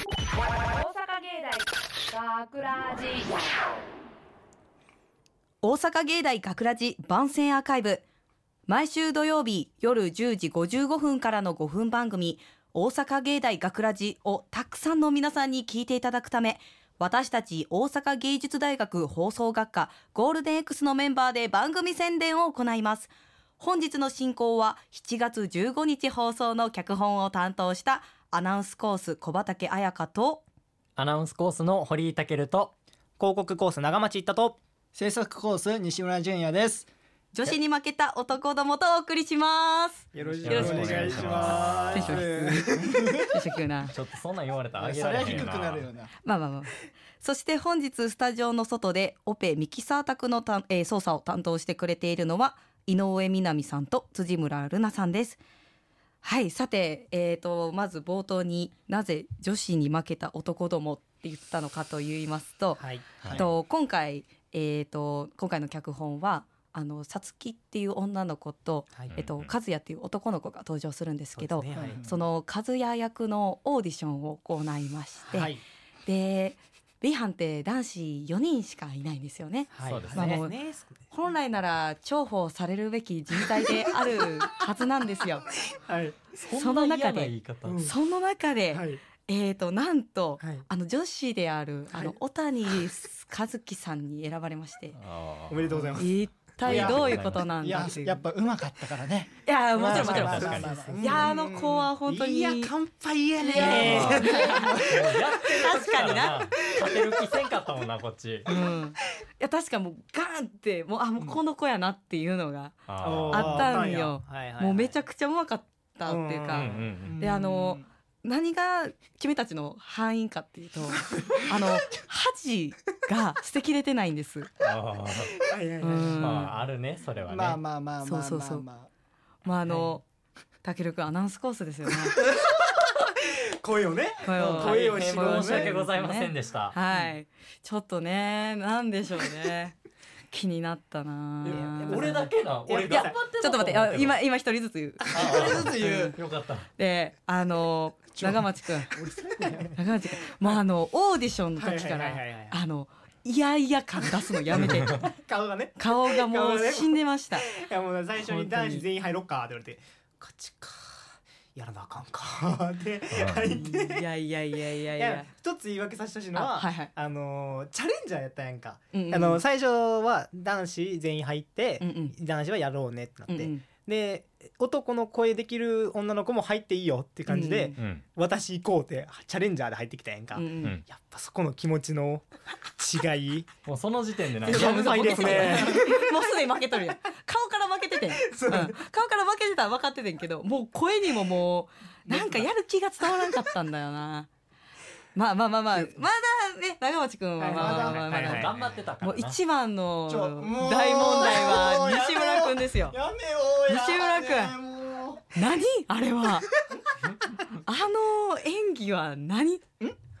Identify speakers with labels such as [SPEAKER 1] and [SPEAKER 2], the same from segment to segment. [SPEAKER 1] 大阪芸大学ラジ
[SPEAKER 2] 大阪芸大学ラジ番宣アーカイブ毎週土曜日夜10時55分からの5分番組「大阪芸大学ラジをたくさんの皆さんに聞いていただくため私たち大阪芸術大学放送学科ゴールデン X のメンバーで番組宣伝を行います本日の進行は7月15日放送の脚本を担当したアナウンスコース小畑彩香と
[SPEAKER 3] アナウンスコースの堀井健と
[SPEAKER 4] 広告コース長町行ったと
[SPEAKER 5] 制作コース西村淳也です
[SPEAKER 2] 女子に負けた男どもとお送りします
[SPEAKER 5] よろし
[SPEAKER 3] くお願いしま
[SPEAKER 2] テンション低いテンション低いな
[SPEAKER 3] ちょっとそんなん言われたらあげ
[SPEAKER 5] そ
[SPEAKER 3] ら
[SPEAKER 5] れ
[SPEAKER 3] れ
[SPEAKER 5] は
[SPEAKER 3] へ
[SPEAKER 5] 低
[SPEAKER 3] ん
[SPEAKER 5] く
[SPEAKER 3] な
[SPEAKER 5] なるよな
[SPEAKER 2] まあまあまあ。そして本日スタジオの外でオペミキサー宅のたん、えー操作を担当してくれているのは井上みなみさんと辻村るなさんです。はい、さて、えー、とまず冒頭になぜ女子に負けた男どもって言ったのかと言いますと、
[SPEAKER 4] はい
[SPEAKER 5] はい
[SPEAKER 2] と今回、えー、と今回の脚本はあのさつきっていう女の子と、
[SPEAKER 4] はい
[SPEAKER 2] えっと、和也っていう男の子が登場するんですけどそ
[SPEAKER 4] そうですね
[SPEAKER 2] の和也役のオーディションを行いまして、
[SPEAKER 4] はい
[SPEAKER 2] で B 班って男子4人しかいないんですよね
[SPEAKER 4] はい
[SPEAKER 3] そうです
[SPEAKER 2] ねまあもう
[SPEAKER 4] ね
[SPEAKER 2] 本来なら重宝されるべき人材であるはずなんですよ
[SPEAKER 4] はい
[SPEAKER 2] その中で
[SPEAKER 3] そんな嫌な言い方
[SPEAKER 4] うん
[SPEAKER 2] その中で、
[SPEAKER 4] はい
[SPEAKER 2] えーとなんと、
[SPEAKER 4] はい
[SPEAKER 2] あの女子であるあの、
[SPEAKER 4] はい
[SPEAKER 2] 小谷和樹さんに選ばれまして
[SPEAKER 3] あー
[SPEAKER 5] おめでとうございます
[SPEAKER 2] 一体どういうことなん
[SPEAKER 5] い
[SPEAKER 2] だ
[SPEAKER 5] や
[SPEAKER 2] い
[SPEAKER 5] やっぱうまかったからね
[SPEAKER 2] やもちろんもちろん、
[SPEAKER 3] まあ
[SPEAKER 2] い
[SPEAKER 3] まあまあ
[SPEAKER 2] やあの子は本当に
[SPEAKER 4] いや乾杯やね
[SPEAKER 3] あーもうやってる時ら
[SPEAKER 2] 確かにな
[SPEAKER 3] 勝てる気せんかったもんなこっち
[SPEAKER 2] うん、いや確かもうガーンってもうあもうこの子やなっていうのが、
[SPEAKER 3] あー
[SPEAKER 2] あったんよ
[SPEAKER 4] はいはい
[SPEAKER 2] もうめちゃ
[SPEAKER 4] く
[SPEAKER 2] くちゃうまかったっていうか。
[SPEAKER 3] うんうんうん
[SPEAKER 2] であの何が君たちの範囲かって いうとあの恥が捨てきれてないんです。
[SPEAKER 3] あ
[SPEAKER 5] はいはい
[SPEAKER 2] うん
[SPEAKER 5] は
[SPEAKER 3] ーまああるねそれ
[SPEAKER 5] い
[SPEAKER 3] はね
[SPEAKER 5] まあまあまあまあ
[SPEAKER 2] そ
[SPEAKER 5] ま
[SPEAKER 2] う
[SPEAKER 5] あ
[SPEAKER 2] そうそう
[SPEAKER 5] まあ
[SPEAKER 2] まああの、たけるくんアナウンスコース ですよね。
[SPEAKER 5] 声をね
[SPEAKER 2] 声を
[SPEAKER 5] 声を
[SPEAKER 3] 大変
[SPEAKER 5] しろね
[SPEAKER 3] 申し訳ございませんでした
[SPEAKER 2] はい。ちょっとね、なんでしょうね。気になったな
[SPEAKER 5] や
[SPEAKER 2] ぁ。
[SPEAKER 3] 俺だけな俺
[SPEAKER 5] いや
[SPEAKER 3] 頑張って
[SPEAKER 2] ちょっと待って、あ今今一人ずつ言う。
[SPEAKER 3] 一
[SPEAKER 5] 人ずつ言う
[SPEAKER 3] よかった
[SPEAKER 2] で、あの長町くん、長町くん、もうあのオーディションの時か
[SPEAKER 4] は
[SPEAKER 2] ら
[SPEAKER 4] いはいはいはいはい
[SPEAKER 2] あのいやいや感出すのや めて、
[SPEAKER 4] 顔がね
[SPEAKER 2] 顔がも
[SPEAKER 4] 顔
[SPEAKER 2] う
[SPEAKER 4] がね
[SPEAKER 2] 死んでました。
[SPEAKER 4] いやもう最初に男子全員入ろっかって言われてこっちかやらなあかんか で入っ
[SPEAKER 2] い
[SPEAKER 4] て
[SPEAKER 2] やいやいやいや
[SPEAKER 4] い
[SPEAKER 2] い
[SPEAKER 4] や
[SPEAKER 2] や。
[SPEAKER 4] 一つ言い訳させてほしいの
[SPEAKER 2] あ
[SPEAKER 4] は
[SPEAKER 2] はいはい
[SPEAKER 4] あのーチャレンジャーやったやんか
[SPEAKER 2] うんうん
[SPEAKER 4] あの最初は男子全員入って
[SPEAKER 2] うんうん
[SPEAKER 4] 男子はやろうねってな
[SPEAKER 2] う
[SPEAKER 4] っ
[SPEAKER 2] んう
[SPEAKER 4] て
[SPEAKER 2] ん
[SPEAKER 4] で男の声できる女の子も入っていいよって感じで、
[SPEAKER 3] うん
[SPEAKER 4] 私行こうってチャレンジャーで入ってきたやんか、
[SPEAKER 2] うんう
[SPEAKER 3] うんん
[SPEAKER 4] やっぱそこの気持ちの 違い
[SPEAKER 3] もうその時点でなん
[SPEAKER 4] いや乾杯ですね
[SPEAKER 2] もうすでに負けとるやん顔から負けててん、うん、顔から負けてたら分かっててんけどもう声にももうなんかやる気が伝わらんかったんだよなまあまあまあまあまだね長町君はまあまあまあまあ
[SPEAKER 4] はいはい
[SPEAKER 3] 頑張ってたから
[SPEAKER 2] も
[SPEAKER 3] な
[SPEAKER 2] う一番の
[SPEAKER 5] ちょもう
[SPEAKER 2] 大問題は西村君ですよ
[SPEAKER 5] やめようや
[SPEAKER 2] 西村君
[SPEAKER 5] ねえもう
[SPEAKER 2] 何あれはあの演技は何いやもう
[SPEAKER 3] 聞かせてあげたいな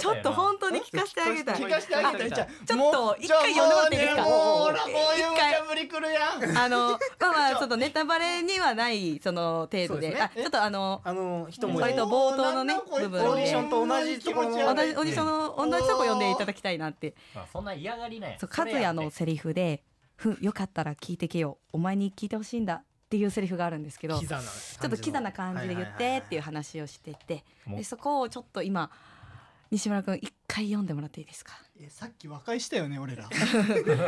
[SPEAKER 2] ちょっと本当に聞かせてあげたい
[SPEAKER 5] 聞かせてあげたい
[SPEAKER 2] あ
[SPEAKER 5] じゃあ
[SPEAKER 2] ちょっと一回呼んでもらっていいですか
[SPEAKER 5] じゃあもうねもうもう
[SPEAKER 2] 一
[SPEAKER 5] いう無
[SPEAKER 2] 回
[SPEAKER 5] 茶ぶりくるやん
[SPEAKER 2] あのまあまあちょっとネタバレにはないその程
[SPEAKER 4] そ
[SPEAKER 2] 度
[SPEAKER 4] う
[SPEAKER 2] で
[SPEAKER 4] ですね
[SPEAKER 2] あちょっとあの
[SPEAKER 4] あの一文
[SPEAKER 2] 割
[SPEAKER 4] 字
[SPEAKER 2] と冒頭のね
[SPEAKER 5] もうな
[SPEAKER 2] 部
[SPEAKER 5] んだこいつ
[SPEAKER 2] 分で
[SPEAKER 5] オーディションと同じところ
[SPEAKER 2] 同じ
[SPEAKER 5] の
[SPEAKER 2] オーディションの同じとこ呼んでいただきたいなって
[SPEAKER 3] まあそんな嫌がりね
[SPEAKER 2] そう和也のセリフで「ふんよかったら聞いてけよお前に聞いてほしいんだ」っていうセリフがあるんですけど
[SPEAKER 4] キ
[SPEAKER 2] ち
[SPEAKER 4] ザな
[SPEAKER 2] ょっとキザな感じで言ってっていう
[SPEAKER 4] は
[SPEAKER 2] 話をしてて
[SPEAKER 3] もう
[SPEAKER 2] でそこをちょっと今西村君一回読んでもらっていいですか
[SPEAKER 5] えさっき和解したよね 俺ら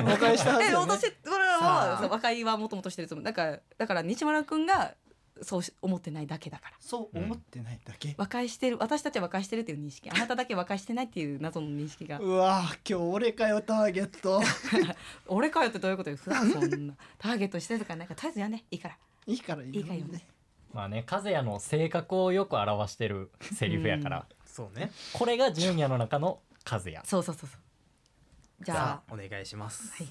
[SPEAKER 5] 和解したはず
[SPEAKER 2] え
[SPEAKER 5] よね
[SPEAKER 2] 私俺ら
[SPEAKER 4] さ
[SPEAKER 2] は
[SPEAKER 4] あ
[SPEAKER 2] そう和解はもともとしてるつもりだからだから西村君がそうし思ってないだけだから。
[SPEAKER 5] そう思ってないだけ、
[SPEAKER 2] 和解してる私たちは和解してるっていう認識あなただけ和解してないっていう謎の認識が
[SPEAKER 5] うわ今日俺かよターゲット
[SPEAKER 2] 俺かよってどういうことよ普段そんなターゲットしてとかなんかとりあえずやんねいいから
[SPEAKER 5] いいからい
[SPEAKER 2] いいからよね
[SPEAKER 3] まあね和也の性格をよく表してるセリフやから
[SPEAKER 4] そうね
[SPEAKER 3] これが純也の中の和也
[SPEAKER 2] そうそうそうそうじ
[SPEAKER 4] じゃ
[SPEAKER 2] ゃ
[SPEAKER 4] あお願いします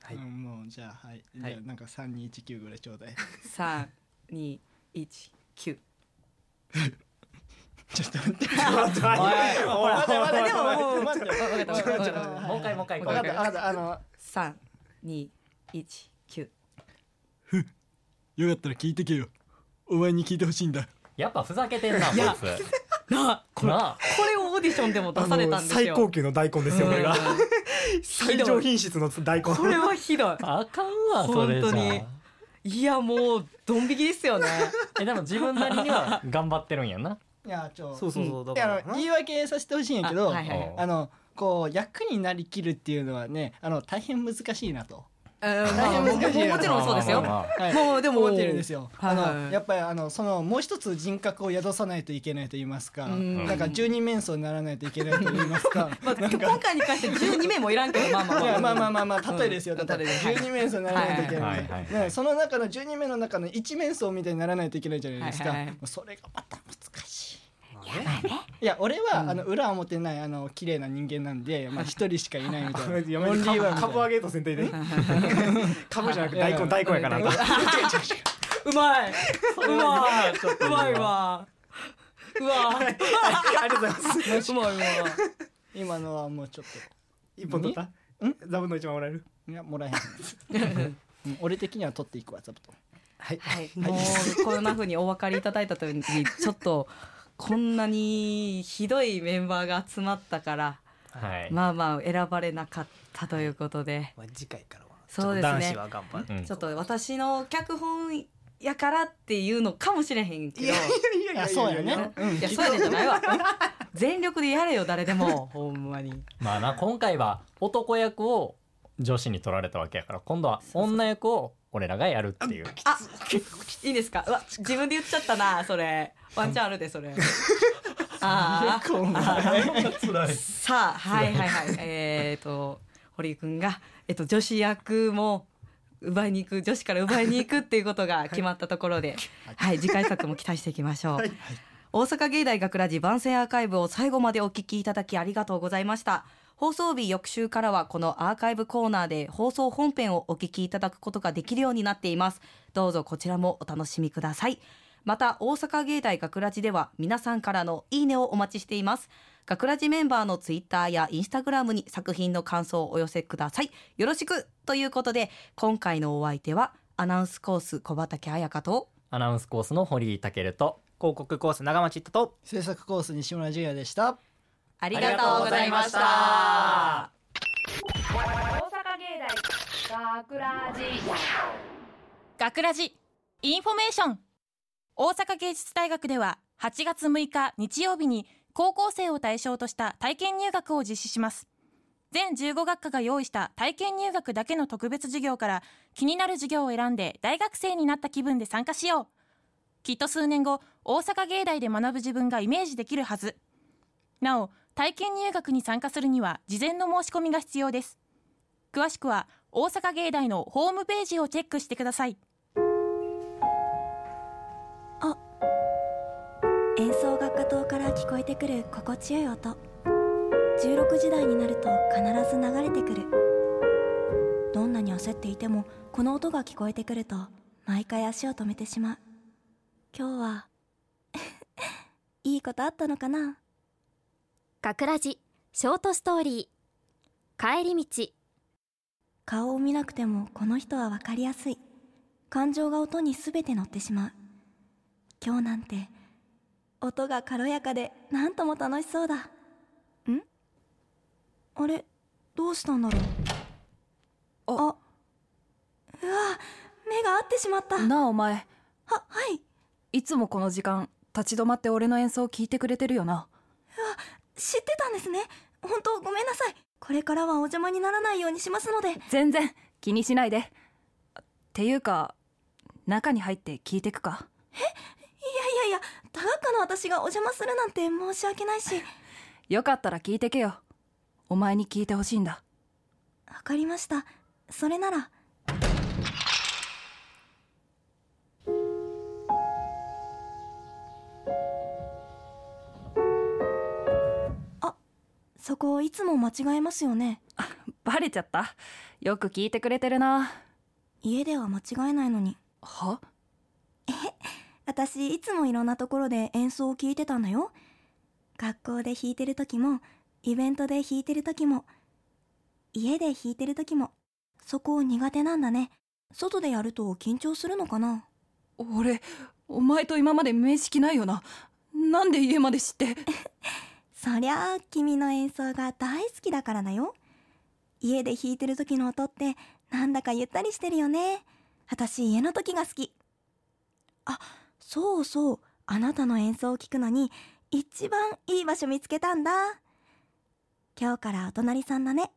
[SPEAKER 2] はい
[SPEAKER 4] はい、
[SPEAKER 5] うんもうじゃあはい、
[SPEAKER 4] はい
[SPEAKER 5] じゃあなんか三二一九ぐらいちょうだい
[SPEAKER 2] あ3219
[SPEAKER 5] ちょっと待って
[SPEAKER 4] ほらほら
[SPEAKER 2] でも
[SPEAKER 4] ほら
[SPEAKER 2] もう
[SPEAKER 5] 待って
[SPEAKER 2] 分かった分かった
[SPEAKER 3] もう一回もう一回
[SPEAKER 5] 分かった分かったあの
[SPEAKER 2] 3219
[SPEAKER 5] よかったら聞いてけよお前に聞いてほしいんだ
[SPEAKER 3] やっぱふざけてんなこいつ
[SPEAKER 2] なあこれこ
[SPEAKER 3] なあ
[SPEAKER 2] れをオーディションでも出されたんです
[SPEAKER 4] 最
[SPEAKER 2] よ
[SPEAKER 4] 高級の大根ですよこれが
[SPEAKER 2] うん
[SPEAKER 4] 最上品質の大根
[SPEAKER 2] これはひどい
[SPEAKER 3] あかんわそれじゃ
[SPEAKER 2] 本当にいやもうドン引きですよね
[SPEAKER 3] えでも自分なりには頑張ってるんやな
[SPEAKER 5] いやちょ
[SPEAKER 4] そうそうそうだ
[SPEAKER 5] い
[SPEAKER 4] から
[SPEAKER 5] やあの言い訳させてほしいんやけど
[SPEAKER 2] あ
[SPEAKER 5] あ,、
[SPEAKER 2] はいはいはい
[SPEAKER 3] あ
[SPEAKER 5] のこう役になりきるっていうのはねあの大変難しいなと、
[SPEAKER 2] うんまあ
[SPEAKER 5] 大変難しい
[SPEAKER 2] もうもちろんそうですよ
[SPEAKER 3] まあまあまあ
[SPEAKER 5] はい
[SPEAKER 2] もうでも
[SPEAKER 5] 思ってるんですよ、
[SPEAKER 2] はいはい
[SPEAKER 5] あのやっぱりあのそのもう一つ人格を宿さないといけないと言いますか、
[SPEAKER 2] うん
[SPEAKER 5] なんか十二面相にならないといけないと言いますか
[SPEAKER 2] まあ、今回に関して12名もいらんけどまあまあ
[SPEAKER 5] い
[SPEAKER 2] ま
[SPEAKER 5] や
[SPEAKER 2] あ
[SPEAKER 5] まあまあまあまあ例えですよ、
[SPEAKER 2] うん
[SPEAKER 5] 例え
[SPEAKER 2] 例えで
[SPEAKER 5] 12面相にならないといけ
[SPEAKER 3] は
[SPEAKER 5] ないい
[SPEAKER 3] はいはい
[SPEAKER 5] ねその中の12面の中の1面相みたいにならないといけないじゃないですか、
[SPEAKER 2] はいはいはい
[SPEAKER 5] もうそれがまた難しい
[SPEAKER 4] ね
[SPEAKER 5] いや俺は、
[SPEAKER 2] うん
[SPEAKER 5] あの裏表ないあの綺麗な人間なんでまあ一人しかいないみた いな
[SPEAKER 4] やめて
[SPEAKER 5] オンリーワンみたいな
[SPEAKER 4] 株上げと先手でね株じゃなくて大根大根やからあんた
[SPEAKER 2] うまい
[SPEAKER 3] れ
[SPEAKER 2] う
[SPEAKER 3] は
[SPEAKER 2] まい
[SPEAKER 3] ちょっと
[SPEAKER 2] うまいわうわう
[SPEAKER 4] ありがとうございます
[SPEAKER 2] まいうまい
[SPEAKER 5] 今のはもうちょっ
[SPEAKER 4] 一本取った
[SPEAKER 5] ん
[SPEAKER 4] 座布の一番もらえる
[SPEAKER 5] といやもらえへん、うん俺的には取っていくわざと
[SPEAKER 4] はい
[SPEAKER 2] はい、もうこんな風にお分かりいただいたとにちょっとこんなにひどいメンバーが集まったから
[SPEAKER 3] はい、
[SPEAKER 2] まあまあ選ばれなかったということで
[SPEAKER 4] まあ次回からは
[SPEAKER 2] そうですね
[SPEAKER 4] ちょっと男子は頑張る
[SPEAKER 3] うん
[SPEAKER 2] ちょっと私の脚本やからっていうのかもしれへんけどいや
[SPEAKER 4] い
[SPEAKER 5] いやそうやね
[SPEAKER 2] そうやねんじゃないわ全力でやれよ誰でもほんまに
[SPEAKER 3] まあな今回は男役を女子に取られたわけやから今度は女役を俺らがやるっていう
[SPEAKER 2] あいいんですかうわ自分で言っちゃったなそれワンチャンあるでそ れああ
[SPEAKER 3] 辛い
[SPEAKER 2] さあはいはいはいえっ、と堀井くんが、えっと女子役も奪いに行く女子から奪いに行くっていうことが決まったところで、 はい次回作も期待していきましょう、大阪芸大学ラジ番宣アーカイブを最後までお聞きいただきありがとうございました放送日翌週からはこのアーカイブコーナーで放送本編をお聞きいただくことができるようになっていますどうぞこちらもお楽しみくださいまた大阪芸大学ラジでは皆さんからのいいねをお待ちしています学ラジメンバーのツイッターやインスタグラムに作品の感想をお寄せくださいよろしくということで今回のお相手はアナウンスコース小畑彩香と
[SPEAKER 3] アナウンスコースの堀井健と
[SPEAKER 4] 広告コース長町ったと
[SPEAKER 5] 制作コース西村純也でした
[SPEAKER 2] あり
[SPEAKER 4] がとうございました
[SPEAKER 1] 大阪芸大学ラジ
[SPEAKER 6] 学ラジインフォメーション大阪芸術大学では8月6日日曜日に高校生を対象とした体験入学を実施します全15学科が用意した体験入学だけの特別授業から気になる授業を選んで大学生になった気分で参加しようきっと数年後大阪芸大で学ぶ自分がイメージできるはずなお体験入学に参加するには事前の申し込みが必要です詳しくは大阪芸大のホームページをチェックしてください
[SPEAKER 7] 演奏楽家塔から聞こえてくる心地よい音16時台になると必ず流れてくるどんなに焦っていてもこの音が聞こえてくると毎回足を止めてしまう今日はいいことあったのかな
[SPEAKER 8] 学ラジショートストーリー帰り道
[SPEAKER 7] 顔を見なくてもこの人は分かりやすい感情が音に全て乗ってしまう今日なんて音が軽やかで何とも楽しそうだんあれどうしたんだろうあうわ目が合ってしまったは
[SPEAKER 9] なあお前
[SPEAKER 7] はい
[SPEAKER 9] いつもこの時間立ち止まって俺の演奏を聞いてくれてるよな
[SPEAKER 7] 知ってたんですね本当ごめんなさいこれからはお邪魔にならないようにしますので
[SPEAKER 9] 全然気にしないでっていうか中に入って聞いてくか
[SPEAKER 7] いやいやいや多学科の私がお邪魔するなんて申し訳ないし
[SPEAKER 9] よかったら聞いてけよお前に聞いてほしいんだ
[SPEAKER 7] わかりましたそれならあそこいつも間違えますよね
[SPEAKER 9] バレちゃったよく聞いてくれてるな
[SPEAKER 7] 家では間違えないのに
[SPEAKER 9] は
[SPEAKER 7] 私いつもいろんなところで演奏を聴いてたんだよ学校で弾いてる時もイベントで弾いてる時も家で弾いてる時もそこ苦手なんだね外でやると緊張するのかな
[SPEAKER 9] 俺お前と今まで面識ないよな
[SPEAKER 10] なんで家まで知って
[SPEAKER 7] そりゃあ君の演奏が大好きだからだよ家で弾いてる時の音ってなんだかゆったりしてるよね私家の時が好きあそうそうあなたの演奏を聞くのに一番いい場所見つけたんだ今日からお隣さんだね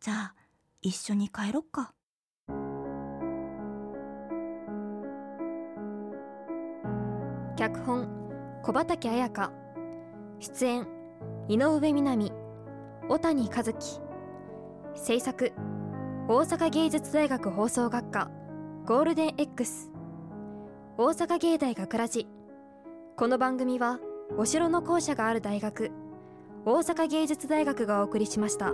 [SPEAKER 7] じゃあ一緒に帰ろっか
[SPEAKER 9] 脚本小畑彩香出演井上みなみ小谷和樹制作大阪芸術大学放送学科ゴールデン X 大阪芸大学ラジこの番組はお城の校舎がある大学大阪芸術大学がお送りしました。